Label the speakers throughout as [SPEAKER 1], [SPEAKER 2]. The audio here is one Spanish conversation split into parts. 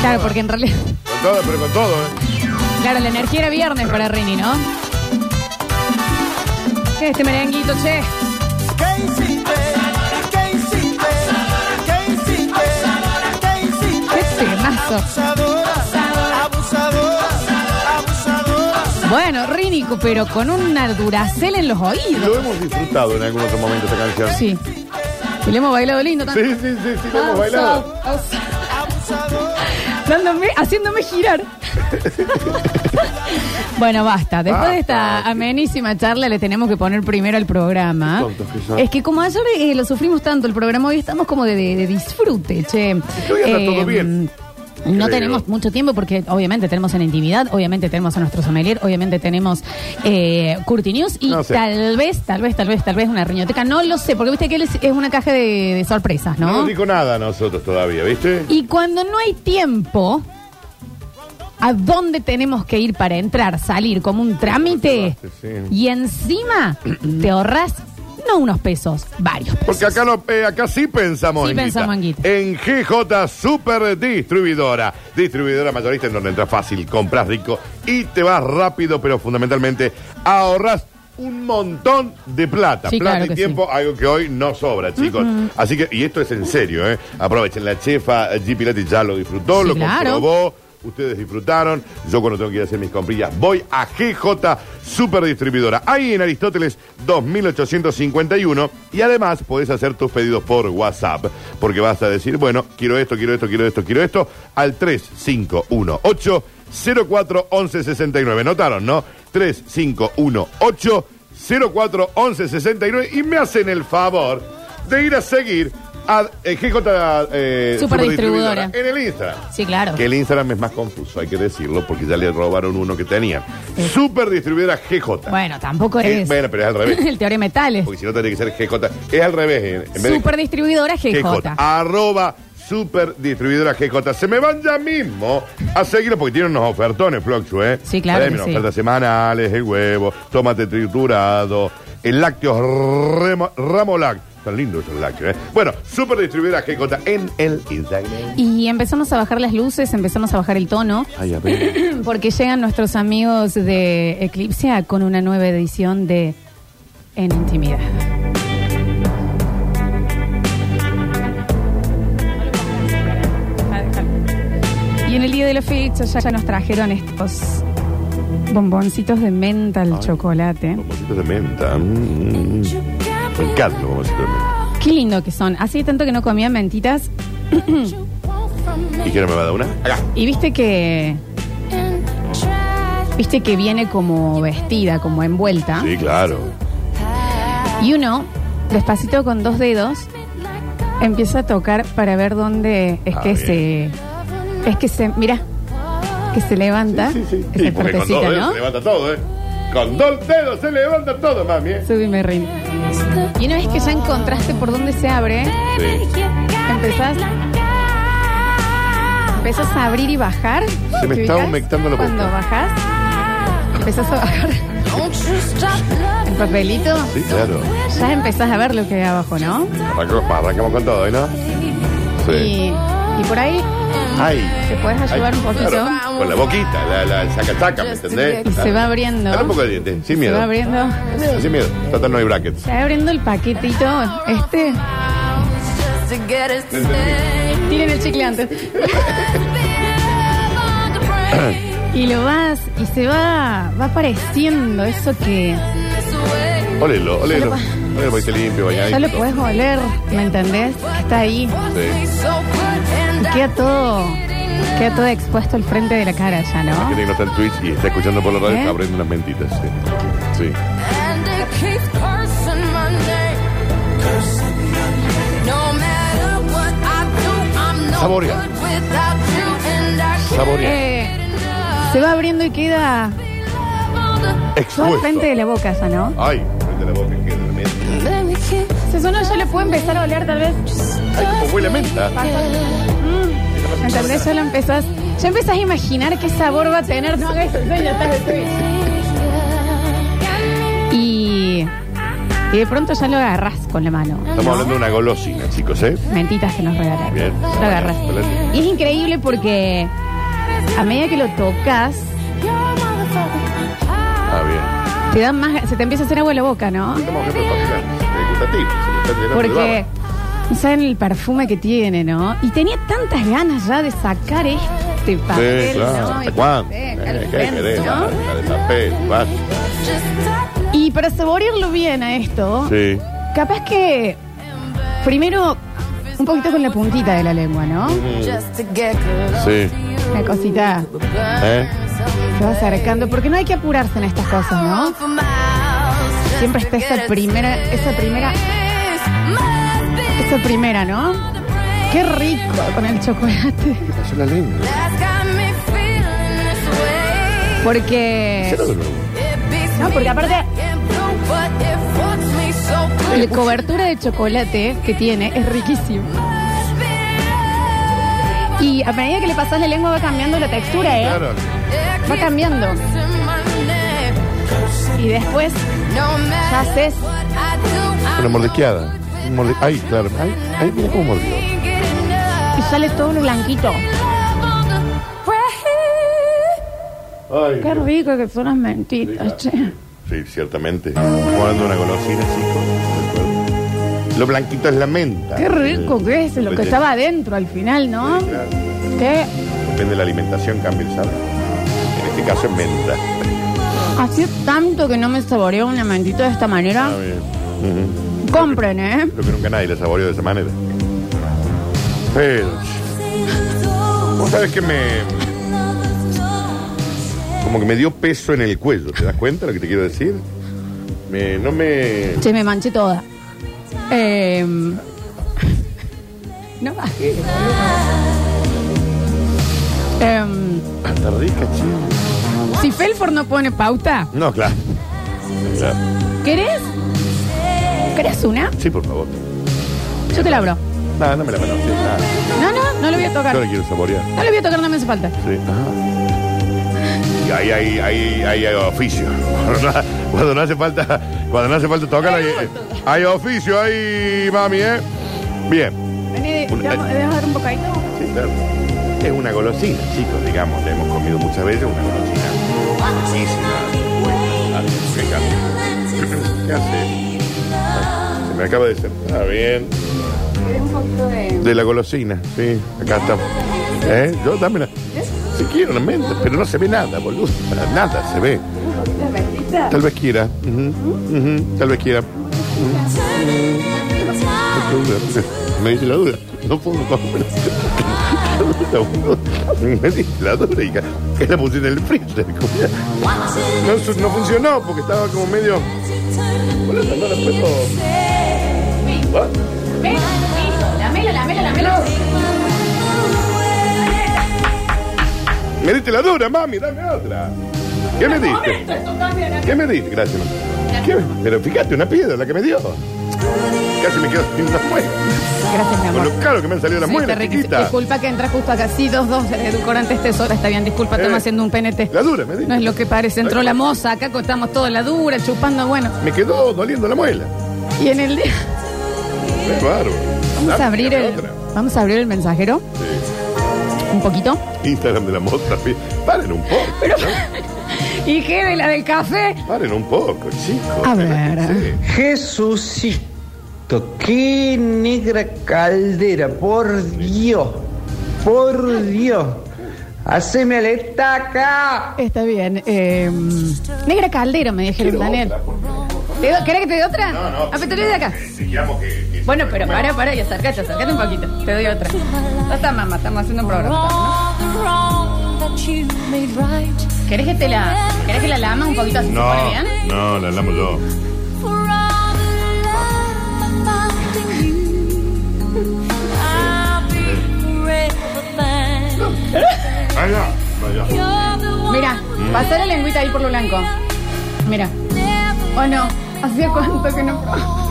[SPEAKER 1] Claro, porque en realidad.
[SPEAKER 2] Con todo, pero con todo, ¿eh?
[SPEAKER 1] Claro, la energía era viernes para Rini, ¿no? Che, Este merenguito, che.
[SPEAKER 3] ¿Qué hiciste? ¿Qué hiciste? ¿Qué hiciste? ¿Qué hiciste?
[SPEAKER 1] Qué temazo.
[SPEAKER 3] Abusadora, abusadora, abusadora.
[SPEAKER 1] Bueno, Rini, pero con una duracel en los
[SPEAKER 2] Lo
[SPEAKER 1] oídos.
[SPEAKER 2] hemos disfrutado en algún otro momento esta canción.
[SPEAKER 1] Sí. Y le hemos bailado lindo
[SPEAKER 2] Sí,
[SPEAKER 1] también.
[SPEAKER 2] sí, sí, sí, lo hemos bailado.
[SPEAKER 1] Dándome, haciéndome girar. bueno, basta. Después de esta
[SPEAKER 2] Basta.
[SPEAKER 1] amenísima charla le tenemos que poner primero al programa.
[SPEAKER 2] Qué tontos que son.
[SPEAKER 1] Es que como ayer eh, lo sufrimos tanto el programa, hoy estamos como de, de- de disfrute, che. Eh, mm,
[SPEAKER 2] hoy anda todo bien.
[SPEAKER 1] No
[SPEAKER 2] Creo.
[SPEAKER 1] tenemos mucho tiempo porque obviamente tenemos en intimidad, obviamente tenemos a nuestro sommelier, obviamente tenemos eh, Curti News y
[SPEAKER 2] No sé.
[SPEAKER 1] tal vez, tal vez, tal vez, tal vez una riñoteca. No lo sé, porque viste que él es, es una caja de, de sorpresas,
[SPEAKER 2] No nos dijo nada a nosotros todavía, ¿viste?
[SPEAKER 1] y cuando no hay tiempo, ¿a dónde tenemos que ir para entrar, salir, como un trámite?
[SPEAKER 2] Sí.
[SPEAKER 1] Y encima te ahorras, no unos pesos, varios pesos.
[SPEAKER 2] Porque acá, no, eh, acá sí pensamos
[SPEAKER 1] Sí
[SPEAKER 2] en guita.
[SPEAKER 1] pensamos en guita.
[SPEAKER 2] En GJ Super Distribuidora. Distribuidora mayorista en donde entras fácil, compras rico y te vas rápido, pero fundamentalmente ahorras un montón de plata.
[SPEAKER 1] Sí,
[SPEAKER 2] plata
[SPEAKER 1] claro
[SPEAKER 2] y
[SPEAKER 1] que
[SPEAKER 2] tiempo, algo que hoy no sobra, chicos. Así que, y esto es en serio, ¿eh? Aprovechen. La chefa eh, G. Pilati ya lo disfrutó,
[SPEAKER 1] Sí,
[SPEAKER 2] lo
[SPEAKER 1] claro.
[SPEAKER 2] comprobó. Ustedes disfrutaron. Yo cuando tengo que ir a hacer mis comprillas voy a GJ Super Distribuidora. Ahí en Aristóteles 2851. Y además podés hacer tus pedidos por WhatsApp. Porque vas a decir, bueno, quiero esto, quiero esto, quiero esto, quiero esto. Al 3518 041169. ¿Notaron, no? 3518 041169. Y me hacen el favor de ir a seguir a eh, GJ eh,
[SPEAKER 1] Super Distribuidora.
[SPEAKER 2] En el Instagram.
[SPEAKER 1] Sí, claro.
[SPEAKER 2] Que el Instagram es más confuso, hay que decirlo, porque ya le robaron uno que tenían. Super distribuidora GJ.
[SPEAKER 1] Bueno, tampoco
[SPEAKER 2] Eh,
[SPEAKER 1] es
[SPEAKER 2] bueno, pero es al revés.
[SPEAKER 1] el teorema de metales.
[SPEAKER 2] Porque si no tendría que ser GJ. Es al revés. eh, En vez
[SPEAKER 1] Super distribuidora
[SPEAKER 2] de Ah.
[SPEAKER 1] GJ.
[SPEAKER 2] GJ. Arroba super distribuidora GJ. Se me van ya mismo a seguirlo porque tienen unos ofertones, Floxu, ¿eh?
[SPEAKER 1] Sí, claro
[SPEAKER 2] Traeme
[SPEAKER 1] que
[SPEAKER 2] unas
[SPEAKER 1] sí.
[SPEAKER 2] ofertas semanales, el huevo, tomate triturado, el lácteo remo- Ramolac. Tan lindo es el lácteo, ¿eh? Bueno, super distribuidora GJ en el Instagram.
[SPEAKER 1] Y empezamos a bajar las luces, empezamos a bajar el tono.
[SPEAKER 2] Ay, a ver.
[SPEAKER 1] Porque llegan nuestros amigos de Eclipsea con una nueva edición de En Intimidad. Y en el día de la fecha ya, ya nos trajeron estos bomboncitos de menta al chocolate.
[SPEAKER 2] Bomboncitos de menta. mm. Me encantan los bomboncitos de menta.
[SPEAKER 1] Qué lindo que son. Hace tanto que no comía mentitas.
[SPEAKER 2] ¿Y quién me va a dar una? Acá.
[SPEAKER 1] Y viste que. Viste que viene como vestida, como envuelta.
[SPEAKER 2] Ah. Sí, claro.
[SPEAKER 1] Y uno, despacito con dos dedos, empieza a tocar para ver dónde es
[SPEAKER 2] Ah,
[SPEAKER 1] que
[SPEAKER 2] bien.
[SPEAKER 1] se. Es que se. Mira, que se levanta. Esa
[SPEAKER 2] Sí, porque con dos
[SPEAKER 1] partecita,
[SPEAKER 2] dedos
[SPEAKER 1] ¿no?
[SPEAKER 2] se levanta todo, ¿eh? Con dos dedos se levanta todo, mami, ¿eh?
[SPEAKER 1] Subime, Rin. Y una vez que ya encontraste por dónde se abre,
[SPEAKER 2] Sí.
[SPEAKER 1] empezás. Empezás a abrir y bajar.
[SPEAKER 2] Se me
[SPEAKER 1] ¿Te
[SPEAKER 2] está
[SPEAKER 1] ubicás?
[SPEAKER 2] humectando la boca.
[SPEAKER 1] Cuando bajás, empezás a bajar el papelito.
[SPEAKER 2] Sí, claro.
[SPEAKER 1] Ya empezás a ver lo que hay abajo, ¿no?
[SPEAKER 2] Arrancamos, arrancamos con todo, ¿eh? ¿No? Sí.
[SPEAKER 1] Y, y por ahí
[SPEAKER 2] Ay.
[SPEAKER 1] te puedes ayudar
[SPEAKER 2] Ay,
[SPEAKER 1] un poquito.
[SPEAKER 2] claro, Con la boquita, la, la saca-saca, ¿me entendés?
[SPEAKER 1] Y se va abriendo.
[SPEAKER 2] Dale un poco de diente, sin
[SPEAKER 1] Se
[SPEAKER 2] miedo.
[SPEAKER 1] va abriendo.
[SPEAKER 2] Sin miedo. Total, no hay brackets.
[SPEAKER 1] Se va abriendo el paquetito. Este. Tiren el chicle antes. Y lo vas. Y se va. Va apareciendo eso que.
[SPEAKER 2] Olelo, olelo. Olelo, porque esté limpio,
[SPEAKER 1] Ya lo
[SPEAKER 2] bañadito.
[SPEAKER 1] puedes oler. ¿Me entendés? Está ahí.
[SPEAKER 2] Sí.
[SPEAKER 1] Y queda todo. Queda todo expuesto al frente de la cara ya,
[SPEAKER 2] Que
[SPEAKER 1] ¿no?
[SPEAKER 2] tiene que estar en Twitch y está escuchando por la radio,
[SPEAKER 1] ¿Eh?
[SPEAKER 2] está abriendo unas mentitas. Sí. sí. Saborea. Saborea.
[SPEAKER 1] Eh, se va abriendo y queda. Todo al
[SPEAKER 2] Expuesto.
[SPEAKER 1] frente de la boca ya, ¿no?
[SPEAKER 2] Ay, frente a la boca, que tremendo.
[SPEAKER 1] Entonces uno ya lo puede empezar a oler tal vez.
[SPEAKER 2] Ay, como huele a menta.
[SPEAKER 1] ¿Entendés? Ya lo empezás. Ya empezás a imaginar qué sabor va a tener. No hagas eso, ya estás de Twitch. Y Y de pronto ya lo agarras con la mano.
[SPEAKER 2] Estamos hablando de una golosina, chicos, ¿eh?
[SPEAKER 1] Mentitas que nos regalaron.
[SPEAKER 2] Bien.
[SPEAKER 1] Lo agarras.
[SPEAKER 2] Excelente.
[SPEAKER 1] Y es increíble porque a medida que lo tocas,
[SPEAKER 2] Ah, bien.
[SPEAKER 1] te dan más, se te empieza a hacer agua en la boca, ¿no?
[SPEAKER 2] Estamos hablando de pastillas, de gustativas, se me están llenando de
[SPEAKER 1] Porque
[SPEAKER 2] baba.
[SPEAKER 1] no saben el perfume que tiene, ¿no? Y tenía tantas ganas ya de sacar este papel,
[SPEAKER 2] Sí, claro.
[SPEAKER 1] ¿no?
[SPEAKER 2] ¿Hasta
[SPEAKER 1] Y- Sí,
[SPEAKER 2] cuándo? Eh,
[SPEAKER 1] claro,
[SPEAKER 2] ¿Qué querés?
[SPEAKER 1] ¿no?
[SPEAKER 2] La de papel, vas.
[SPEAKER 1] Y para saborearlo bien a esto,
[SPEAKER 2] Sí.
[SPEAKER 1] capaz que primero un poquito con la puntita de la lengua, ¿no?
[SPEAKER 2] Mm. Sí.
[SPEAKER 1] Una cosita
[SPEAKER 2] ¿Eh?
[SPEAKER 1] se va acercando, porque no hay que apurarse en estas cosas, ¿no? Siempre está esa primera, esa primera, esa primera, ¿no? Qué rico con el chocolate.
[SPEAKER 2] ¿Qué pasó la lengua?
[SPEAKER 1] Porque.
[SPEAKER 2] Cero de nuevo.
[SPEAKER 1] No, porque aparte la cobertura de chocolate que tiene es riquísimo. Y a medida que le pasas la lengua va cambiando la textura, ¿eh?
[SPEAKER 2] Claro.
[SPEAKER 1] Va cambiando. Y después ya haces.
[SPEAKER 2] Una mordisqueada. Un mordi- Ay, claro. Ay, ay, mira cómo mordió.
[SPEAKER 1] Y sale todo lo blanquito.
[SPEAKER 2] Ay,
[SPEAKER 1] Qué rico que son las mentitas,
[SPEAKER 2] Sí,
[SPEAKER 1] che.
[SPEAKER 2] Sí, ciertamente. Jugando una golosina, chicos. Lo blanquito es la menta.
[SPEAKER 1] Qué rico que es lo que estaba adentro al final, ¿no?
[SPEAKER 2] Sí, claro.
[SPEAKER 1] Que
[SPEAKER 2] Depende de la alimentación, cambia el sabor. En este caso es menta.
[SPEAKER 1] hacía tanto que no me saboreó una mentita de esta manera.
[SPEAKER 2] Ah, bien. Ujú.
[SPEAKER 1] Compren, ¿eh?
[SPEAKER 2] Creo que nunca nadie la saboreó de esa manera. Pero. ¿Vos sabés que me. Como que me dio peso en el cuello, ¿te das cuenta de lo que te quiero decir? Me, no me.
[SPEAKER 1] Che, me manché toda. Eh, no bajé. Em,
[SPEAKER 2] Está rica, chido.
[SPEAKER 1] si Felford no pone pauta,
[SPEAKER 2] No, claro. claro.
[SPEAKER 1] ¿querés? ¿Querés una?
[SPEAKER 2] Sí, por favor.
[SPEAKER 1] Yo te la abro.
[SPEAKER 2] No, no me la manosees, nada.
[SPEAKER 1] No, no, no lo voy a tocar.
[SPEAKER 2] Yo la quiero saborear.
[SPEAKER 1] No lo voy a tocar, no me hace falta.
[SPEAKER 2] Sí. Y ahí, ahí, ahí, ahí hay oficio. Cuando no, cuando no hace falta, cuando no hace falta tocar, hay, hay oficio ahí, mami, ¿eh? Bien.
[SPEAKER 1] Vení,
[SPEAKER 2] Un-
[SPEAKER 1] te vamos- te vamos a dar un bocadito.
[SPEAKER 2] Sí, claro. Es una golosina, chicos, digamos. La hemos comido muchas veces, una golosina. Buenísima. Ah, me encanta. ¿Qué hace? Se me acaba de sentar bien.
[SPEAKER 1] ¿Querés un poquito de.?
[SPEAKER 2] De la golosina, sí. Acá está. ¿Eh? Yo, dámela. Si quiero una menta, pero no se ve nada, boludo. Nada se ve.
[SPEAKER 1] ¿La mentita?
[SPEAKER 2] Tal vez quiera. Ujú, ujú, Tal vez quiera. Qué duda. Me dice la duda. No puedo comprar. Qué duda, boludo. Me dice la duda, hija. Que la pusiste en el freezer. No, su- no funcionó porque estaba como medio. Boludo, no la puedo. ¿Ah?
[SPEAKER 1] Ven, listo. Lamela, lamela, lamela.
[SPEAKER 2] Me diste la dura, mami, dame otra. ¿Qué me diste? ¿Qué me diste? Gracias, mami. ¿Qué me- Pero fíjate, una piedra la que me dio. Casi me quedo sin las muelas.
[SPEAKER 1] Gracias, mi
[SPEAKER 2] Con
[SPEAKER 1] amor.
[SPEAKER 2] lo caro que me han salido las
[SPEAKER 1] Sí,
[SPEAKER 2] muelas,
[SPEAKER 1] Terry,
[SPEAKER 2] chiquita.
[SPEAKER 1] Disculpa que entras justo acá. Sí, dos, eh, dos edulcorantes tesora. Está bien, disculpa,
[SPEAKER 2] Eh,
[SPEAKER 1] estamos haciendo un PNT.
[SPEAKER 2] La dura, me diste.
[SPEAKER 1] No es lo que parece. Entró la moza, acá cortamos toda la dura, chupando, bueno.
[SPEAKER 2] Me quedó doliendo la muela.
[SPEAKER 1] Y en el día.
[SPEAKER 2] Es bárbaro.
[SPEAKER 1] Vamos
[SPEAKER 2] Dame,
[SPEAKER 1] a abrir
[SPEAKER 2] dame
[SPEAKER 1] el.
[SPEAKER 2] otra.
[SPEAKER 1] Vamos a abrir el mensajero.
[SPEAKER 2] Sí.
[SPEAKER 1] Un poquito.
[SPEAKER 2] Instagram de la mostra. sí. Paren un poco. ¿no?
[SPEAKER 1] ¿Y qué de la del café?
[SPEAKER 2] Paren un poco, chicos.
[SPEAKER 1] A ver.
[SPEAKER 2] Sí.
[SPEAKER 4] Jesucito, qué negra caldera, por Dios, por Dios. Haceme aleta acá.
[SPEAKER 1] Está bien. eh, negra caldera, me dijeron,
[SPEAKER 2] Quiero
[SPEAKER 1] Daniel.
[SPEAKER 2] otra, por favor.
[SPEAKER 1] ¿Te do- ¿Querés que te dé otra?
[SPEAKER 2] No, no.
[SPEAKER 1] Ah, pero te doy de acá.
[SPEAKER 2] Digamos que- que-
[SPEAKER 1] Bueno, pero para, para, y acercate, acercate un poquito. Te doy otra. Ya está, mamá, estamos haciendo un programa. ¿Querés que te la. ¿Querés que la lama un poquito así se pone
[SPEAKER 2] No,
[SPEAKER 1] bien?
[SPEAKER 2] no, la hablamos yo. Vaya, vaya.
[SPEAKER 1] Mira, pasá la lengüita ahí por lo blanco. Mira. ¿O no? ¿Hacía cuánto que no probaba?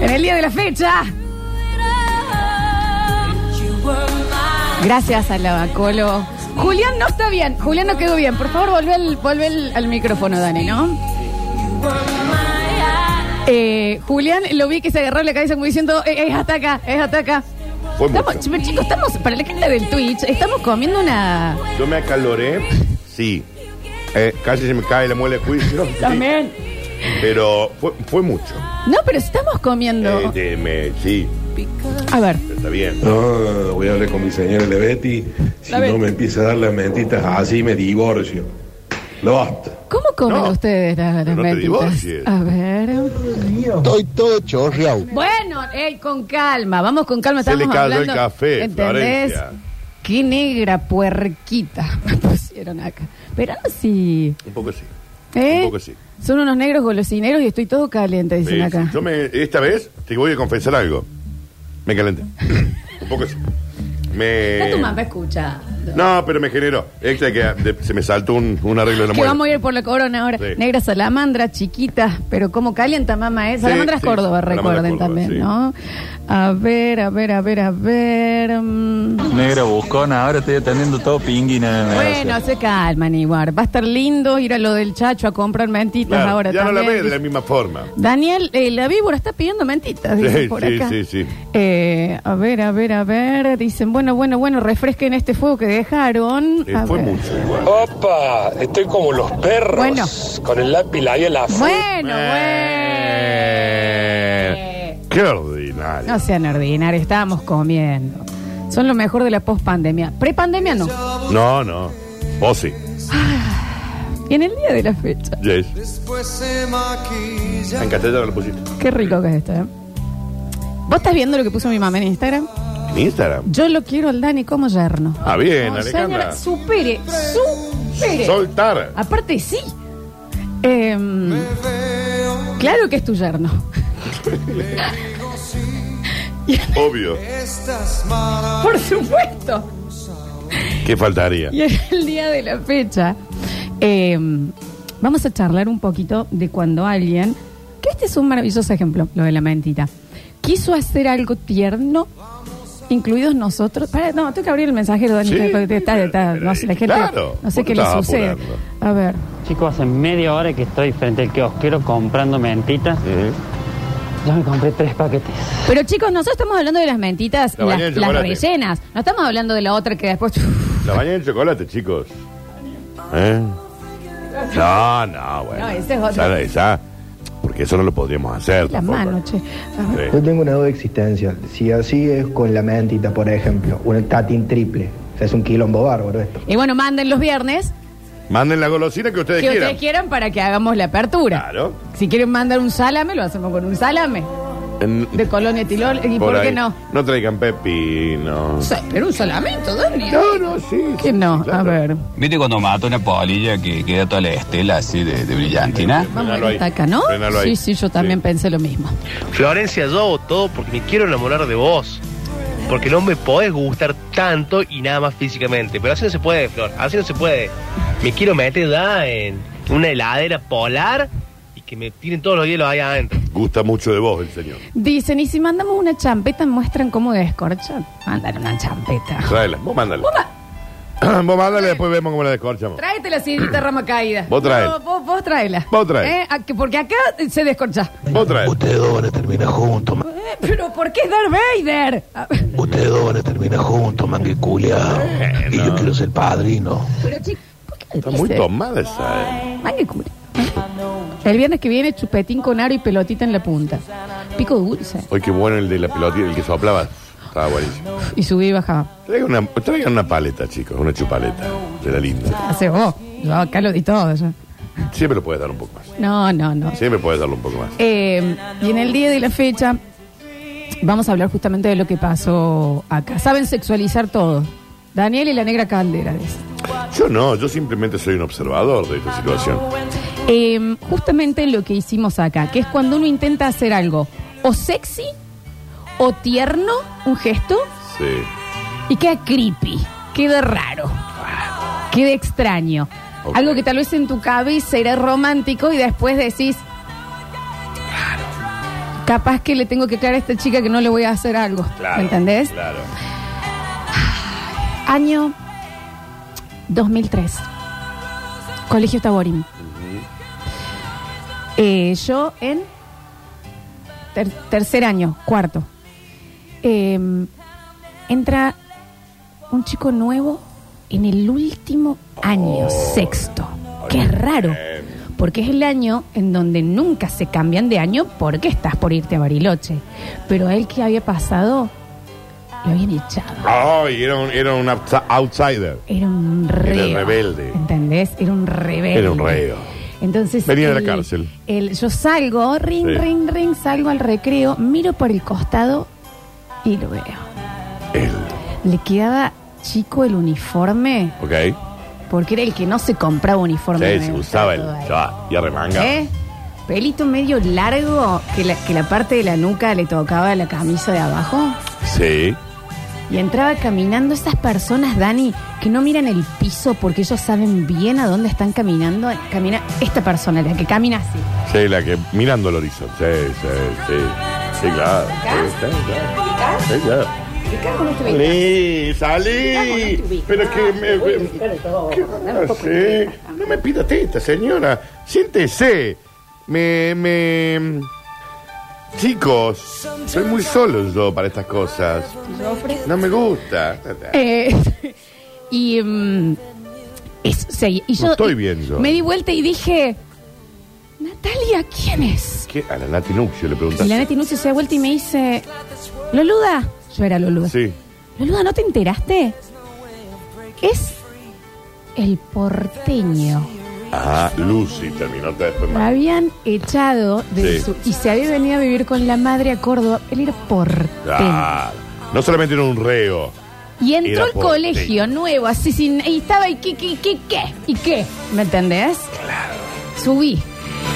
[SPEAKER 1] En el día de la fecha. Gracias a la Colo Julián no está bien. Julián no quedó bien. Por favor, vuelve al, vuelve al- al micrófono, Dani, ¿no? Eh, Julián lo vi que se agarró la cabeza como diciendo, "Eh, es hasta acá, es hasta acá.
[SPEAKER 2] Fue
[SPEAKER 1] Estamos,
[SPEAKER 2] mucho.
[SPEAKER 1] ch- chicos, estamos, para la gente del Twitch, estamos comiendo una...
[SPEAKER 2] Yo me acaloré, sí. Eh, casi se me cae la muela de juicio. sí.
[SPEAKER 1] También.
[SPEAKER 2] Pero fue, fue mucho.
[SPEAKER 1] No, pero estamos comiendo...
[SPEAKER 2] Eh, de- me- sí,
[SPEAKER 1] A ver.
[SPEAKER 2] pero está bien.
[SPEAKER 5] No, voy a hablar con mi señora de Betty. Si
[SPEAKER 1] La
[SPEAKER 5] no
[SPEAKER 1] Betty.
[SPEAKER 5] me empieza a dar las mentitas así, me divorcio. Lo basta.
[SPEAKER 1] ¿Cómo comen
[SPEAKER 2] No,
[SPEAKER 1] ustedes las, las
[SPEAKER 2] pero no te
[SPEAKER 1] metitas?
[SPEAKER 2] divorcies.
[SPEAKER 1] A ver.
[SPEAKER 6] Estoy todo chorreado.
[SPEAKER 1] Bueno, ey, con calma, vamos con calma.
[SPEAKER 2] Se
[SPEAKER 1] estamos
[SPEAKER 2] le cayó
[SPEAKER 1] hablando,
[SPEAKER 2] el café,
[SPEAKER 1] ¿Entendés?
[SPEAKER 2] Florencia.
[SPEAKER 1] Qué negra puerquita me pusieron acá. Pero sí.
[SPEAKER 2] Un poco sí.
[SPEAKER 1] ¿eh?
[SPEAKER 2] Un poco sí.
[SPEAKER 1] Son unos negros golosineros y estoy todo caliente, dicen
[SPEAKER 2] Sí,
[SPEAKER 1] acá.
[SPEAKER 2] sí. Yo me, esta vez te voy a confesar algo. Me calenté. Un poco sí. Me...
[SPEAKER 1] Está tu mamá escucha.
[SPEAKER 2] No, pero me generó. Extra que de- se me saltó un, un arreglo de la
[SPEAKER 1] Que
[SPEAKER 2] muela.
[SPEAKER 1] vamos a ir por la corona ahora.
[SPEAKER 2] Sí.
[SPEAKER 1] Negra salamandra, chiquita, pero como calienta mamá es.
[SPEAKER 2] Sí,
[SPEAKER 1] Salamandra es
[SPEAKER 2] sí,
[SPEAKER 1] Córdoba,
[SPEAKER 2] salamandra
[SPEAKER 1] recuerden
[SPEAKER 2] Córdoba,
[SPEAKER 1] también,
[SPEAKER 2] sí.
[SPEAKER 1] ¿no? A ver, a ver, a ver, a ver. mm.
[SPEAKER 7] Negra buscona, ahora estoy atendiendo todo pinguina.
[SPEAKER 1] Bueno, se calman igual. Va a estar lindo ir a lo del chacho a comprar mentitas
[SPEAKER 2] Claro,
[SPEAKER 1] ahora
[SPEAKER 2] ya no la
[SPEAKER 1] también.
[SPEAKER 2] ve de la misma forma.
[SPEAKER 1] Daniel, eh, la víbora está pidiendo mentitas, dicen
[SPEAKER 2] Sí,
[SPEAKER 1] por
[SPEAKER 2] sí,
[SPEAKER 1] acá.
[SPEAKER 2] sí, sí.
[SPEAKER 1] Eh, a ver, a ver, a ver. Dicen, bueno, bueno, bueno, refresquen este fuego que dejaron.
[SPEAKER 2] Eh,
[SPEAKER 1] A
[SPEAKER 2] fue
[SPEAKER 1] ver.
[SPEAKER 2] mucho igual.
[SPEAKER 8] Opa, estoy como los perros.
[SPEAKER 1] Bueno.
[SPEAKER 8] Con el lápiz y la
[SPEAKER 1] Bueno,
[SPEAKER 2] Eh, Qué
[SPEAKER 1] bueno.
[SPEAKER 2] ordinario.
[SPEAKER 1] No sean ordinarios, estábamos comiendo. Son lo mejor de la pospandemia. Prepandemia no.
[SPEAKER 2] No, no. Vos sí.
[SPEAKER 1] Y en el día de la fecha.
[SPEAKER 2] Yes.
[SPEAKER 3] Después se maquilla.
[SPEAKER 2] En castellano lo pusiste.
[SPEAKER 1] Qué rico que es esto, ¿eh? ¿Vos estás viendo lo que puso mi mamá en Instagram?
[SPEAKER 2] En Instagram.
[SPEAKER 1] Yo lo quiero al Dani como yerno.
[SPEAKER 2] Ah, bien,
[SPEAKER 1] No,
[SPEAKER 2] Alejandra.
[SPEAKER 1] señora, supere, supere.
[SPEAKER 2] Soltar.
[SPEAKER 1] Aparte, sí. Em, claro que es tu yerno.
[SPEAKER 2] Obvio.
[SPEAKER 1] Por supuesto.
[SPEAKER 2] ¿Qué faltaría?
[SPEAKER 1] Y es el día de la fecha. Em, vamos a charlar un poquito de cuando alguien, que este es un maravilloso ejemplo, lo de la mentita, quiso hacer algo tierno, incluidos nosotros. Pará, no, tengo que abrir el mensajero, Dani.
[SPEAKER 2] Sí,
[SPEAKER 1] porque te- está- está- no sé, la gente,
[SPEAKER 2] claro,
[SPEAKER 1] no sé
[SPEAKER 2] vos
[SPEAKER 1] qué le
[SPEAKER 2] estás
[SPEAKER 1] sucede.
[SPEAKER 2] apurando.
[SPEAKER 1] A ver.
[SPEAKER 9] Chicos, hace media hora que estoy frente al kiosquero comprando mentitas.
[SPEAKER 2] Ujú.
[SPEAKER 9] Ya me compré tres paquetes.
[SPEAKER 1] Pero chicos, nosotros estamos hablando de las mentitas,
[SPEAKER 2] La
[SPEAKER 1] las,
[SPEAKER 2] bañera de
[SPEAKER 1] las
[SPEAKER 2] chocolate.
[SPEAKER 1] rellenas. No estamos hablando de la otra que después.
[SPEAKER 2] La bañan en chocolate, chicos. ¿Eh? No, no, bueno.
[SPEAKER 1] No, ese es otro.
[SPEAKER 2] Esa- esa- porque eso no lo podríamos hacer.
[SPEAKER 1] La
[SPEAKER 2] tampoco.
[SPEAKER 1] mano, che. A ver.
[SPEAKER 2] Sí.
[SPEAKER 10] Yo tengo una duda existencial. Si así es con la mentita, por ejemplo, un tatín triple. O sea, es un quilombo bárbaro esto.
[SPEAKER 1] Y bueno, manden los viernes
[SPEAKER 2] Manden la golosina que ustedes
[SPEAKER 1] que
[SPEAKER 2] quieran.
[SPEAKER 1] ustedes quieran para que hagamos la apertura.
[SPEAKER 2] Claro.
[SPEAKER 1] Si quieren mandar un salame, lo hacemos con un salame
[SPEAKER 2] En-
[SPEAKER 1] de colonia tilol. ¿Y por,
[SPEAKER 2] por
[SPEAKER 1] qué
[SPEAKER 2] ahí.
[SPEAKER 1] no?
[SPEAKER 2] No traigan pepino.
[SPEAKER 1] Sí, Pero un salamento, Dani.
[SPEAKER 2] No, no, sí.
[SPEAKER 1] Que
[SPEAKER 2] sí,
[SPEAKER 1] no,
[SPEAKER 2] claro.
[SPEAKER 1] a ver.
[SPEAKER 8] ¿Viste cuando mato una polilla que queda toda la estela así de, de brillantina?
[SPEAKER 1] Vamos
[SPEAKER 2] Frenalo
[SPEAKER 1] a ir hasta
[SPEAKER 2] ahí.
[SPEAKER 1] acá, ¿no?
[SPEAKER 2] Frenalo
[SPEAKER 1] Sí,
[SPEAKER 2] ahí.
[SPEAKER 1] sí, yo también pensé lo mismo.
[SPEAKER 11] Florencia, yo todo porque me quiero enamorar de vos. Porque no me podés gustar tanto y nada más físicamente. Pero así no se puede, Flor. Así no se puede. Me quiero meter ya en una heladera polar y que me tiren todos los hielos ahí adentro.
[SPEAKER 2] Gusta mucho de vos el señor.
[SPEAKER 1] Dicen, y si mandamos una champeta, muestran cómo descorchan. Mandan una champeta.
[SPEAKER 2] Tráela, vos mándale.
[SPEAKER 1] Vos ma-
[SPEAKER 2] vos mándale, después vemos cómo la descorchamos.
[SPEAKER 1] Tráete la sidrita rama caída.
[SPEAKER 2] Vos traela.
[SPEAKER 1] No, vos, vos traela.
[SPEAKER 2] Vos traela.
[SPEAKER 1] Eh, a que- Porque acá eh, se descorcha.
[SPEAKER 2] Vos traela.
[SPEAKER 5] Ustedes dos van a terminar juntos,
[SPEAKER 1] Eh, pero ¿por qué es Darth Vader? A ver,
[SPEAKER 5] ustedes dos van a terminar juntos, mangue
[SPEAKER 8] Eh,
[SPEAKER 5] Y yo quiero ser padrino.
[SPEAKER 1] pero chico, ¿por qué
[SPEAKER 2] Está muy
[SPEAKER 1] dice?
[SPEAKER 2] tomada esa. eh.
[SPEAKER 1] Ay, qué culo. El viernes que viene, chupetín con aro y pelotita en la punta. Pico dulce.
[SPEAKER 2] Ay, qué bueno el de la pelotita, el que soplaba. Estaba buenísimo.
[SPEAKER 1] Y subí y bajaba.
[SPEAKER 2] Traigan una, traigan una paleta, chicos, una chupaleta de la linda.
[SPEAKER 1] Hace vos. Yo acá lo di todo. ya.
[SPEAKER 2] Siempre lo puedes dar un poco más.
[SPEAKER 1] No, no, no.
[SPEAKER 2] Siempre puedes darle un poco más.
[SPEAKER 1] Eh, y en el día de la fecha vamos a hablar justamente de lo que pasó acá. Saben sexualizar todo. Daniel y la negra caldera. dice.
[SPEAKER 2] Yo no, yo simplemente soy un observador de esta situación.
[SPEAKER 1] Eh, justamente lo que hicimos acá, que es cuando uno intenta hacer algo o sexy o tierno, un gesto,
[SPEAKER 2] Sí.
[SPEAKER 1] y queda creepy, queda raro, queda extraño.
[SPEAKER 2] Ok.
[SPEAKER 1] Algo que tal vez en tu cabeza era romántico y después decís, capaz que le tengo que aclarar a esta chica que no le voy a hacer algo.
[SPEAKER 2] Claro.
[SPEAKER 1] ¿Me ¿Entendés?
[SPEAKER 2] Claro.
[SPEAKER 1] Año 2003. Colegio Taborín. Eh, yo en ter- tercer año, cuarto. Eh, entra un chico nuevo en el último año, sexto. Que es raro. Porque es el año en donde nunca se cambian de año porque estás por irte a Bariloche. Pero a él que había pasado, lo habían echado.
[SPEAKER 2] Ay, era un, era un outsi- outsider.
[SPEAKER 1] Era un reo.
[SPEAKER 2] Era rebelde.
[SPEAKER 1] ¿Entendés? Era un rebelde.
[SPEAKER 2] Era un reo.
[SPEAKER 1] Entonces.
[SPEAKER 2] Venía de la
[SPEAKER 1] el-
[SPEAKER 2] cárcel.
[SPEAKER 1] el- yo salgo, ring,
[SPEAKER 2] Sí.
[SPEAKER 1] ring, ring, salgo al recreo, miro por el costado y lo veo. Le quedaba chico el uniforme
[SPEAKER 2] ¿Ok?
[SPEAKER 1] porque era el que no se compraba uniforme.
[SPEAKER 2] Sí,
[SPEAKER 1] nuevo.
[SPEAKER 2] se usaba el. ya, y arremanga.
[SPEAKER 1] ¿Eh? Pelito medio largo que la, que la parte de la nuca le tocaba la camisa de abajo.
[SPEAKER 2] Sí.
[SPEAKER 1] Y entraba caminando esas personas, Dani, que no miran el piso porque ellos saben bien a dónde están caminando. Camina esta persona, la que camina así.
[SPEAKER 2] Sí, la que mirando el horizonte. Sí, sí, sí. Sí, claro. Sí, sí, claro. Sí, claro. Salí, salí. Pero que me. me- ¿Qué hace? No me pida teta, señora. Siéntese. Me. me. Chicos, soy muy solo yo para estas cosas. No me gusta.
[SPEAKER 1] Eh, y. mm, es- sí, y yo,
[SPEAKER 2] No estoy
[SPEAKER 1] y-
[SPEAKER 2] bien yo.
[SPEAKER 1] Me di vuelta y dije. Natalia, ¿quién es?
[SPEAKER 2] ¿Qué? A la Nati Nuccio le
[SPEAKER 1] Y
[SPEAKER 2] preguntas.
[SPEAKER 1] la Nati Nuccio se da vuelta y me dice. Loluda. Yo era Loluda.
[SPEAKER 2] Sí.
[SPEAKER 1] Loluda, ¿no te enteraste? Es. El porteño.
[SPEAKER 2] Ah, Lucy terminó después.
[SPEAKER 1] La habían echado de
[SPEAKER 2] Sí.
[SPEAKER 1] su, y se había venido a vivir con la madre a Córdoba. Él era porteño.
[SPEAKER 2] Ah, no solamente era un reo.
[SPEAKER 1] Y entró
[SPEAKER 2] Era
[SPEAKER 1] al
[SPEAKER 2] porteño.
[SPEAKER 1] colegio nuevo, así sin. Y estaba, ¿y qué, qué, qué, qué? ¿Y qué? ¿Me entendés? Subí.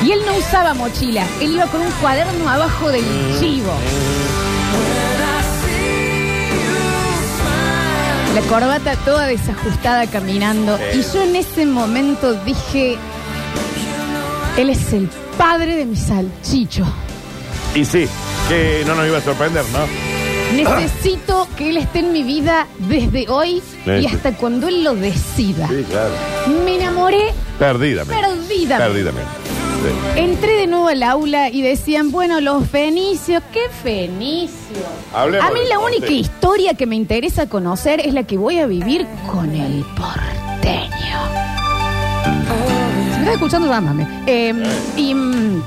[SPEAKER 1] Y él no usaba mochila, él iba con un cuaderno abajo del
[SPEAKER 2] Mm.
[SPEAKER 1] chivo. La corbata toda desajustada caminando. Y yo en ese momento dije: Él es el padre de mi salchicho.
[SPEAKER 2] Ah. Y sí, que no nos iba a sorprender, ¿no?
[SPEAKER 1] Necesito que él esté en mi vida desde hoy y
[SPEAKER 2] Sí.
[SPEAKER 1] hasta cuando él lo decida.
[SPEAKER 2] Sí, claro.
[SPEAKER 1] Me enamoré,
[SPEAKER 2] Perdidamente.
[SPEAKER 1] Perdidamente.
[SPEAKER 2] Perdidamente. Sí.
[SPEAKER 1] entré de nuevo al aula y decían, bueno, los fenicios, ¿qué fenicios?
[SPEAKER 2] Hablemos
[SPEAKER 1] a mí
[SPEAKER 2] del
[SPEAKER 1] la
[SPEAKER 2] porteño.
[SPEAKER 1] única historia que me interesa conocer es la que voy a vivir con el porteño. Si me estás escuchando, llámame. Eh, y... mm,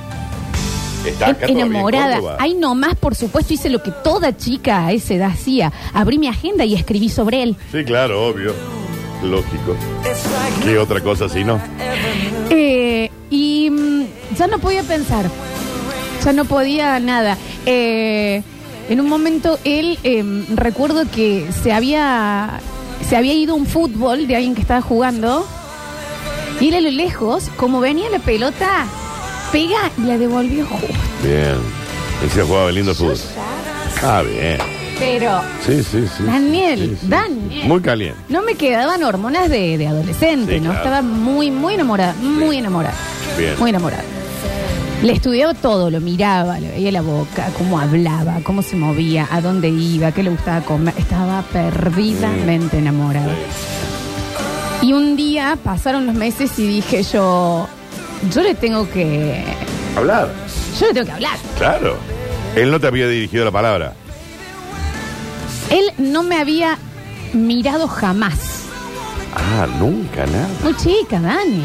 [SPEAKER 2] Está acá
[SPEAKER 1] Em-
[SPEAKER 2] todavía en
[SPEAKER 1] enamorada.
[SPEAKER 2] Córdoba.
[SPEAKER 1] Ahí nomás, por supuesto, hice lo que toda chica a esa edad hacía. Abrí mi agenda y escribí sobre él.
[SPEAKER 2] Sí, claro, obvio. Lógico. ¿Qué otra cosa si no?
[SPEAKER 1] Eh, y mm, ya no podía pensar. Ya no podía nada. Eh, en un momento él, em, recuerdo que se había, se había ido un fútbol de alguien que estaba jugando. Y él a lo lejos, como venía la pelota, pega y la devolvió.
[SPEAKER 2] Bien. Él se jugaba el lindo fútbol. Ah, bien.
[SPEAKER 1] Pero,
[SPEAKER 2] Sí, sí, sí.
[SPEAKER 1] Daniel, Daniel.
[SPEAKER 2] Muy caliente.
[SPEAKER 1] No me quedaban hormonas de, de adolescente,
[SPEAKER 2] Sí,
[SPEAKER 1] ¿no?
[SPEAKER 2] claro.
[SPEAKER 1] Estaba muy, muy enamorada, muy enamorada,
[SPEAKER 2] Bien.
[SPEAKER 1] muy enamorada. Le estudiaba todo, lo miraba, le veía la boca, cómo hablaba, cómo se movía, a dónde iba, qué le gustaba comer. Estaba
[SPEAKER 2] Mm.
[SPEAKER 1] perdidamente enamorada. Y un día pasaron los meses y dije yo, yo le tengo que,
[SPEAKER 2] Hablar.
[SPEAKER 1] yo le tengo que hablar.
[SPEAKER 2] Claro. Él no te había dirigido la palabra.
[SPEAKER 1] Él no me había mirado jamás.
[SPEAKER 2] Ah, nunca, nada.
[SPEAKER 1] Muy chica, Dani.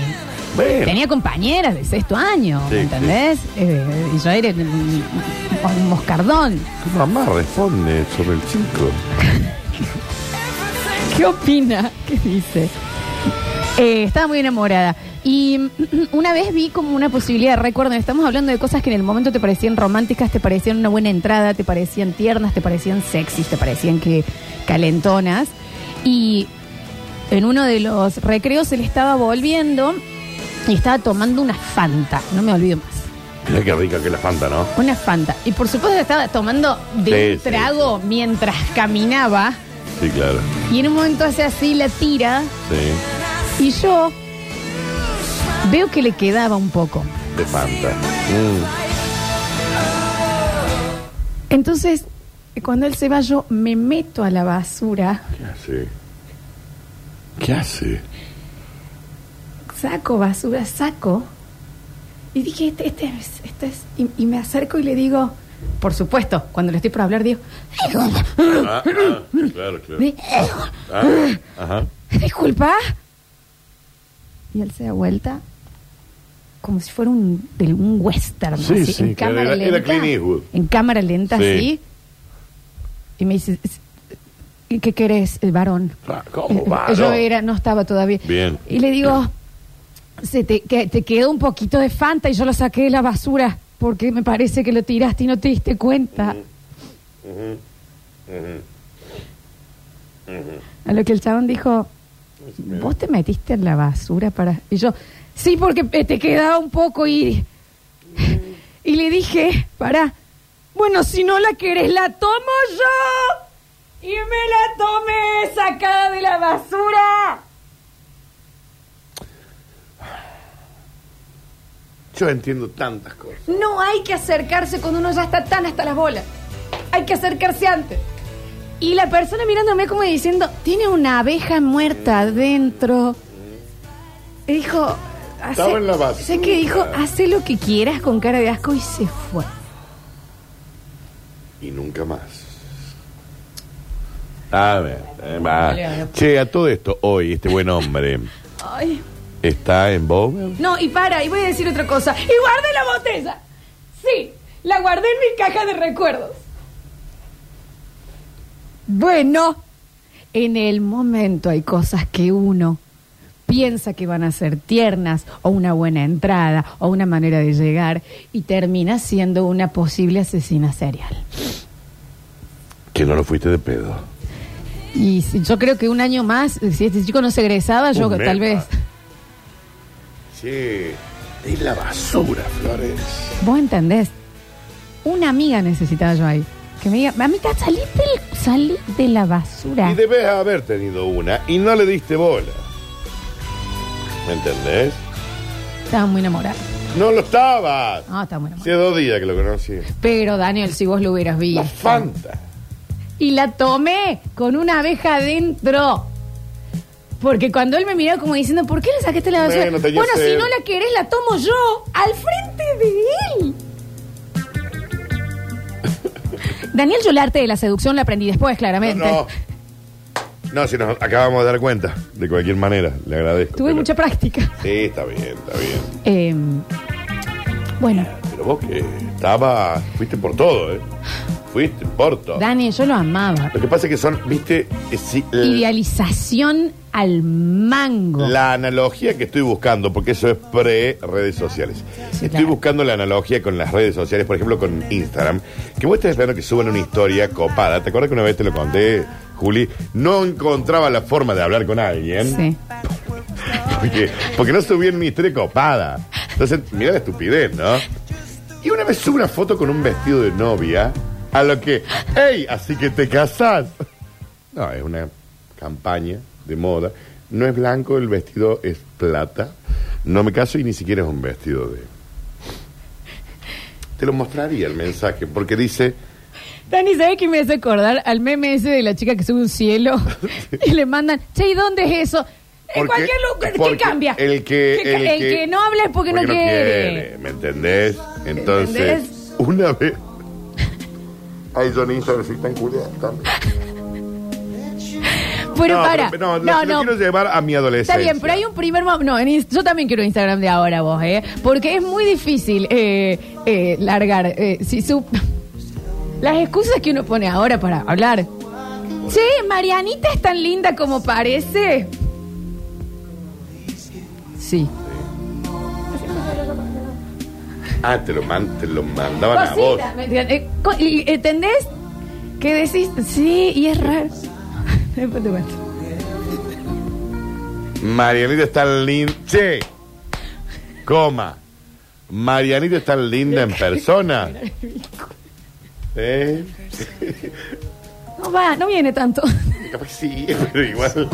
[SPEAKER 2] Bueno.
[SPEAKER 1] Tenía compañeras de sexto año,
[SPEAKER 2] Sí,
[SPEAKER 1] ¿me ¿entendés? Eh, y yo era un, un moscardón.
[SPEAKER 2] Tu mamá responde sobre el chico.
[SPEAKER 1] ¿Qué opina? ¿Qué dice? Eh, estaba muy enamorada. Y mm, una vez vi como una posibilidad, recuerdo, estamos hablando de cosas que en el momento te parecían románticas, te parecían una buena entrada, te parecían tiernas, te parecían sexys, te parecían que calentonas. Y en uno de los recreos él estaba volviendo y estaba tomando una Fanta, no me olvido más.
[SPEAKER 2] Mira qué rica que es la Fanta, ¿no?
[SPEAKER 1] Una Fanta. Y por supuesto estaba tomando de
[SPEAKER 2] Sí,
[SPEAKER 1] un
[SPEAKER 2] sí,
[SPEAKER 1] trago mientras caminaba.
[SPEAKER 2] Sí, claro.
[SPEAKER 1] Y en un momento hace así, la tira.
[SPEAKER 2] Sí.
[SPEAKER 1] Y yo veo que le quedaba un poco.
[SPEAKER 2] De Fanta. Mm.
[SPEAKER 1] Entonces, cuando él se va, yo me meto a la basura
[SPEAKER 2] ¿Qué hace? ¿Qué hace?
[SPEAKER 1] saco basura, saco. Y dije, este, este es, este es. Y, y me acerco y le digo, por supuesto, cuando le estoy por hablar, digo,
[SPEAKER 2] Ah, ah, claro, claro.
[SPEAKER 1] di-
[SPEAKER 2] Ah, ajá.
[SPEAKER 1] disculpa. Y él se da vuelta como si fuera un, del- un western,
[SPEAKER 2] Sí,
[SPEAKER 1] así,
[SPEAKER 2] sí,
[SPEAKER 1] en
[SPEAKER 2] claro,
[SPEAKER 1] cámara
[SPEAKER 2] era- era
[SPEAKER 1] lenta.
[SPEAKER 2] Clint Eastwood.
[SPEAKER 1] En cámara lenta,
[SPEAKER 2] Sí.
[SPEAKER 1] así. Y me dice, "¿Y ¿qué querés, el varón? Eh,
[SPEAKER 2] Ah, ¿Cómo va?
[SPEAKER 1] Yo
[SPEAKER 2] no?
[SPEAKER 1] era, no estaba todavía.
[SPEAKER 2] Bien.
[SPEAKER 1] Y le digo, se te, que- te quedó un poquito de Fanta y yo lo saqué de la basura porque me parece que lo tiraste y no te diste cuenta. A lo que el chabón dijo, vos te metiste en la basura para... Y yo, sí, porque eh, te quedaba un poco y... Y le dije, pará, bueno, si no la querés, la tomo yo. Y me la tomé sacada de la basura.
[SPEAKER 2] Yo entiendo tantas cosas.
[SPEAKER 1] No hay que acercarse cuando uno ya está tan hasta las bolas. Hay que acercarse antes. Y la persona mirándome como diciendo, tiene una abeja muerta adentro. Y dijo, hace-
[SPEAKER 2] Estaba en la basura.
[SPEAKER 1] sé que dijo, hace lo que quieras con cara de asco y se fue.
[SPEAKER 2] Y nunca más. A ver, eh, va. Che, a todo esto, hoy este buen hombre
[SPEAKER 1] Ay.
[SPEAKER 2] está en Bower.
[SPEAKER 1] No, y para, y voy a decir otra cosa. Y guardé la botella. Sí, la guardé en mi caja de recuerdos. Bueno, en el momento hay cosas que uno piensa que van a ser tiernas o una buena entrada o una manera de llegar y termina siendo una posible asesina serial.
[SPEAKER 2] Que no lo fuiste de pedo.
[SPEAKER 1] Y si- yo creo que un año más, si este chico no se egresaba, yo
[SPEAKER 2] Un mes
[SPEAKER 1] tal vez...
[SPEAKER 2] más. Che, es la basura, Flores.
[SPEAKER 1] Vos entendés, una amiga necesitaba yo ahí. Que me diga, mamita, salí del, salí de la basura.
[SPEAKER 2] Y debes haber tenido una y no le diste bola. ¿Me entendés?
[SPEAKER 1] Estaba muy enamorada.
[SPEAKER 2] No lo estabas.
[SPEAKER 1] No, estaba muy
[SPEAKER 2] Hace
[SPEAKER 1] enamorada.
[SPEAKER 2] dos días que lo conocí.
[SPEAKER 1] Pero, Daniel, si vos lo hubieras
[SPEAKER 2] La
[SPEAKER 1] visto.
[SPEAKER 2] Fanta.
[SPEAKER 1] Y la tomé con una abeja adentro. Porque cuando él me miró como diciendo, ¿por qué le sacaste la basura?
[SPEAKER 2] Bueno, tenía
[SPEAKER 1] si
[SPEAKER 2] sed.
[SPEAKER 1] no la querés, la tomo yo al frente de él. Daniel, yo el arte de la seducción la aprendí después, claramente.
[SPEAKER 2] No, no. No, si nos acabamos de dar cuenta. De cualquier manera, le agradezco.
[SPEAKER 1] Tuve
[SPEAKER 2] pero-
[SPEAKER 1] mucha práctica.
[SPEAKER 2] Sí, está bien, está bien.
[SPEAKER 1] Eh, bueno,
[SPEAKER 2] Pero vos que estaba, fuiste por todo, ¿eh? Fuiste por todo.
[SPEAKER 1] Dani, yo lo amaba.
[SPEAKER 2] Lo que pasa es que son, viste, eh, si- la,
[SPEAKER 1] Idealización al mango.
[SPEAKER 2] analogía que estoy buscando, porque eso es pre-redes sociales. estoy
[SPEAKER 1] claro.
[SPEAKER 2] buscando la analogía con las redes sociales, por ejemplo, con Instagram, que vos estás esperando que suban una historia copada. ¿Te acuerdas que una vez te lo conté, Juli? No encontraba la forma de hablar con alguien.
[SPEAKER 1] Sí.
[SPEAKER 2] Porque, porque no subí en mi historia copada. Entonces, mira la estupidez, ¿no? Y una vez sube una foto con un vestido de novia, a lo que, ¡hey! Así que te casás. No, es una campaña de moda. No es blanco, el vestido es plata. No me caso y ni siquiera es un vestido de. Te lo mostraría el mensaje, porque dice.
[SPEAKER 1] Dani, ¿sabes qué me hace acordar al meme ese de la chica que sube un cielo y le mandan, che, ¿y dónde es eso? En
[SPEAKER 2] porque-
[SPEAKER 1] cualquier lugar, ¿qué
[SPEAKER 2] porque
[SPEAKER 1] cambia?
[SPEAKER 2] El que,
[SPEAKER 1] ¿Qué ca- el que no habla es porque, no quiere.
[SPEAKER 2] ¿Me entendés? Entonces,
[SPEAKER 1] entendés?
[SPEAKER 2] una vez. Ay, yo ni sé si está en Julia, también.
[SPEAKER 1] Pero
[SPEAKER 2] no,
[SPEAKER 1] para.
[SPEAKER 2] pero- no, lo- lo quiero llevar a mi adolescencia.
[SPEAKER 1] Está bien, pero hay un primer momento. No, en Inst- yo también quiero Instagram de ahora vos, ¿eh? Porque es muy difícil eh, eh, largar. eh, si su- Las excusas que uno pone ahora para hablar. Che, Marianita es tan linda como parece. Sí.
[SPEAKER 2] Ah, te lo, man- te lo mandaban
[SPEAKER 1] Cosita,
[SPEAKER 2] a vos.
[SPEAKER 1] ¿me entiendes? Eh, co- y- ¿Entendés? ¿Qué decís? Sí, y es raro. Después te cuento.
[SPEAKER 2] Marianita es tan linda. Che, coma. Marianita es tan linda en persona. ¿Eh?
[SPEAKER 1] No va, no viene tanto.
[SPEAKER 2] Capaz que sí, pero igual.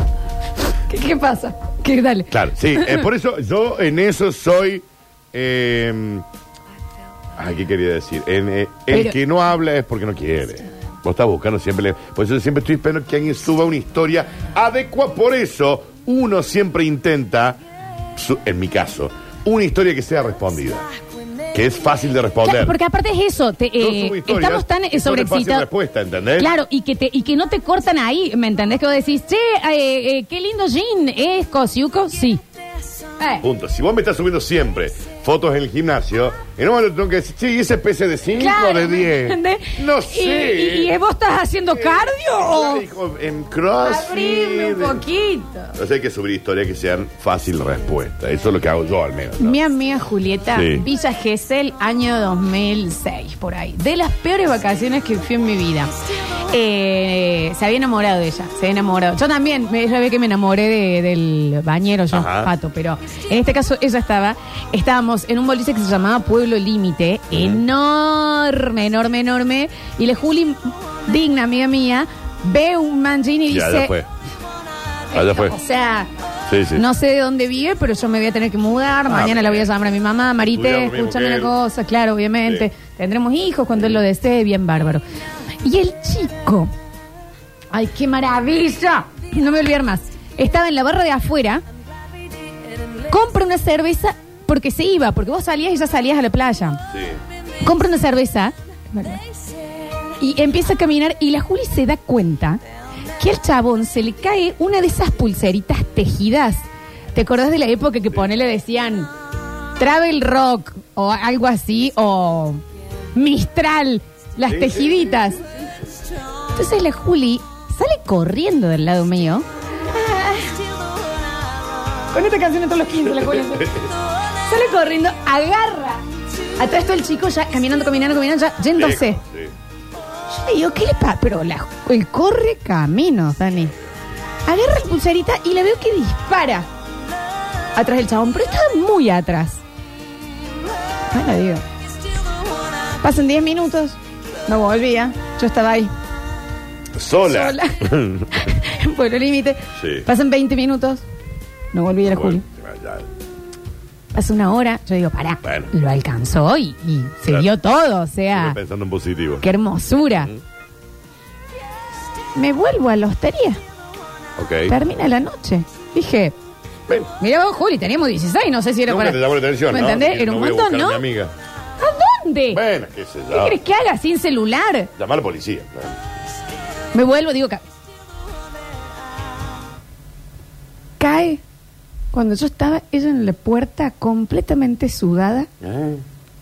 [SPEAKER 1] ¿Qué, qué pasa? ¿Qué, dale.
[SPEAKER 2] Claro, sí. eh, por eso yo en eso soy. eh, ay, ¿qué quería decir? En, eh, el
[SPEAKER 1] Pero-
[SPEAKER 2] que no habla es porque no quiere. Vos estás buscando siempre. le- Por eso siempre estoy esperando que alguien suba una historia adecuada. Por eso uno siempre intenta su- en mi caso, una historia que sea respondida. Que es fácil de responder.
[SPEAKER 1] Claro, porque aparte es eso, te, eh,
[SPEAKER 2] subo historias
[SPEAKER 1] estamos tan eh,
[SPEAKER 2] que son de fácil
[SPEAKER 1] sobreexcitados.
[SPEAKER 2] respuesta, ¿entendés?
[SPEAKER 1] Claro, y que, te, y que no te cortan ahí, ¿me entendés? Que vos decís, che, eh, eh, qué lindo jean, ¿es Cosiuco? Sí. Eh,
[SPEAKER 2] Punto. Si vos me estás subiendo siempre fotos en el gimnasio, en un momento tengo que decir, sí, esa especie de 5
[SPEAKER 1] claro,
[SPEAKER 2] de
[SPEAKER 1] ¿me
[SPEAKER 2] 10.
[SPEAKER 1] entendés?
[SPEAKER 2] No
[SPEAKER 1] Y-
[SPEAKER 2] sé. Eh,
[SPEAKER 1] ¿Y, y vos estás haciendo cardio o...?
[SPEAKER 2] Hijo, En cross.
[SPEAKER 1] Abrime un poquito.
[SPEAKER 2] Entonces hay que subir historias que sean fácil respuesta. Eso es lo que hago yo al menos. ¿no?
[SPEAKER 1] Mi amiga Julieta,
[SPEAKER 2] Sí.
[SPEAKER 1] Villa Gesell, año 2006, por ahí. De las peores vacaciones que fui en mi vida. Eh, se había enamorado de ella, se había enamorado. Yo también, me- ella ve que me enamoré de- del bañero, yo,
[SPEAKER 12] Ajá.
[SPEAKER 1] pato, pero en este caso ella estaba, estábamos en un boliche que se llamaba Pueblo Límite, enorme, enorme, enorme, y la Juli, digna amiga mía, ve un manjín y
[SPEAKER 2] Sí, allá
[SPEAKER 1] dice,
[SPEAKER 2] fue. Allá fue.
[SPEAKER 1] o sea...
[SPEAKER 2] Sí, sí.
[SPEAKER 1] No sé de dónde vive, pero yo me voy a tener que
[SPEAKER 12] Ah,
[SPEAKER 1] mudar. Mañana la voy a llamar a mi mamá, Marite,
[SPEAKER 12] Estudiamos mismo
[SPEAKER 1] escúchame
[SPEAKER 12] que
[SPEAKER 1] la
[SPEAKER 12] él.
[SPEAKER 1] cosa. Claro, obviamente.
[SPEAKER 12] Sí.
[SPEAKER 1] Tendremos hijos cuando él lo desee, bien bárbaro. Y el chico, ay, qué maravilla. No me voy a olvidar más. Estaba en la barra de afuera, compra una cerveza porque se iba, porque vos salías y ya salías a la playa. Compra una cerveza y empieza a caminar y la Juli se da cuenta que al chabón se le cae una de esas pulseritas tejidas. ¿Te acordás de la época que ponele decían Travel Rock o algo así o Mistral, las
[SPEAKER 12] Sí, sí,
[SPEAKER 1] tejiditas? Entonces la Juli sale corriendo del lado mío. Con esta canción en todos los 15, la Juli. Sale corriendo, agarra. Atrás todo el chico ya caminando, caminando, caminando, ya yéndose. Yo le digo, ¿qué le pasa? Pero la- el corre caminos, Dani. Agarra la pulserita y la veo que dispara atrás del chabón, pero estaba muy atrás. Bueno, digo. Pasan 10 minutos, no volvía, yo estaba ahí,
[SPEAKER 2] Sola.
[SPEAKER 1] por el límite.
[SPEAKER 2] sí.
[SPEAKER 1] Pasan 20 minutos, no volví a la Juli.
[SPEAKER 2] Ya,
[SPEAKER 1] Pasa una hora, yo digo, pará,
[SPEAKER 2] Bueno.
[SPEAKER 1] lo alcanzó y, y se
[SPEAKER 2] Claro.
[SPEAKER 1] dio todo, o
[SPEAKER 2] estoy
[SPEAKER 1] sea,
[SPEAKER 2] pensando en positivo.
[SPEAKER 1] qué hermosura. Me vuelvo a la hostería.
[SPEAKER 2] Ok.
[SPEAKER 1] Termina la noche. Dije, mira vos, Juli, teníamos 16, no sé si era
[SPEAKER 2] Nunca
[SPEAKER 1] para.
[SPEAKER 2] te llamó la atención,
[SPEAKER 1] ¿Me
[SPEAKER 2] ¿no?
[SPEAKER 1] entendés?
[SPEAKER 2] Que
[SPEAKER 1] Era un
[SPEAKER 2] voy a
[SPEAKER 1] montón,
[SPEAKER 2] buscar a
[SPEAKER 1] ¿no?
[SPEAKER 2] mi amiga.
[SPEAKER 1] ¿A dónde?
[SPEAKER 2] Bueno, qué sé
[SPEAKER 1] ¿Qué
[SPEAKER 2] yo.
[SPEAKER 1] crees que haga sin celular?
[SPEAKER 2] Llamar a la policía.
[SPEAKER 1] Me vuelvo, digo, ca- cae. Cuando yo estaba ella en la puerta completamente sudada,
[SPEAKER 2] Ah,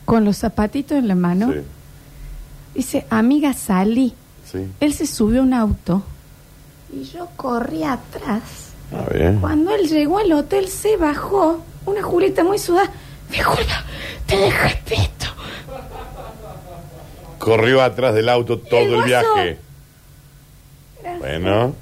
[SPEAKER 1] con los zapatitos en la mano,
[SPEAKER 2] Sí.
[SPEAKER 1] dice, amiga, salí.
[SPEAKER 2] Sí.
[SPEAKER 1] Él se subió a un auto y yo corrí atrás.
[SPEAKER 2] A ver.
[SPEAKER 1] Cuando él llegó al hotel, se bajó una Julieta muy sudada. Disculpa, te dejaste esto.
[SPEAKER 2] Corrió atrás del auto todo el,
[SPEAKER 1] guaso?
[SPEAKER 2] viaje. Bueno.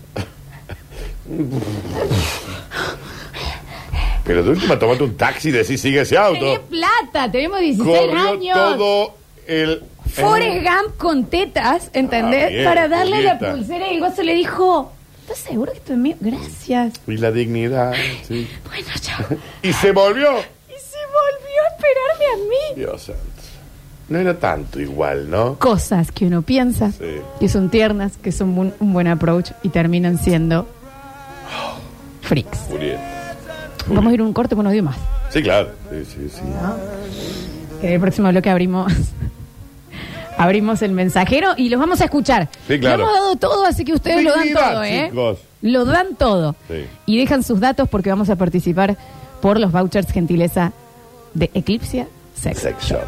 [SPEAKER 2] Pero de última tomate un taxi y decís sigue ese
[SPEAKER 1] Tenía
[SPEAKER 2] auto.
[SPEAKER 1] plata, tenemos 16
[SPEAKER 2] Corrió
[SPEAKER 1] años.
[SPEAKER 2] todo el.
[SPEAKER 1] Forrest Gump con tetas, ¿entendés?
[SPEAKER 2] Eh. Ah, bien,
[SPEAKER 1] Para darle la
[SPEAKER 2] Julieta.
[SPEAKER 1] pulsera y el guaso le dijo, ¿estás seguro que tu amigo? Gracias.
[SPEAKER 2] Y la dignidad. sí.
[SPEAKER 1] Bueno, chao.
[SPEAKER 2] Y se volvió.
[SPEAKER 1] Y se volvió a esperarme a mí.
[SPEAKER 2] Dios santo. No era tanto igual, ¿no?
[SPEAKER 1] Cosas que uno piensa
[SPEAKER 2] Sí.
[SPEAKER 1] que son tiernas, que son un, un buen approach y terminan siendo... Freaks.
[SPEAKER 2] Julieta.
[SPEAKER 1] Vamos a ir a un corte con audio más.
[SPEAKER 2] Sí, claro. Sí, sí, sí.
[SPEAKER 1] Que En el próximo bloque abrimos... Abrimos el mensajero y los vamos a escuchar.
[SPEAKER 2] Sí, claro.
[SPEAKER 1] Lo hemos dado todo, así que ustedes lo dan
[SPEAKER 2] Dignidad,
[SPEAKER 1] todo, ¿eh?
[SPEAKER 2] chicos.
[SPEAKER 1] Lo dan todo.
[SPEAKER 2] Sí.
[SPEAKER 1] Y dejan sus datos porque vamos a participar por los vouchers gentileza de Eclipse Sex, Shop.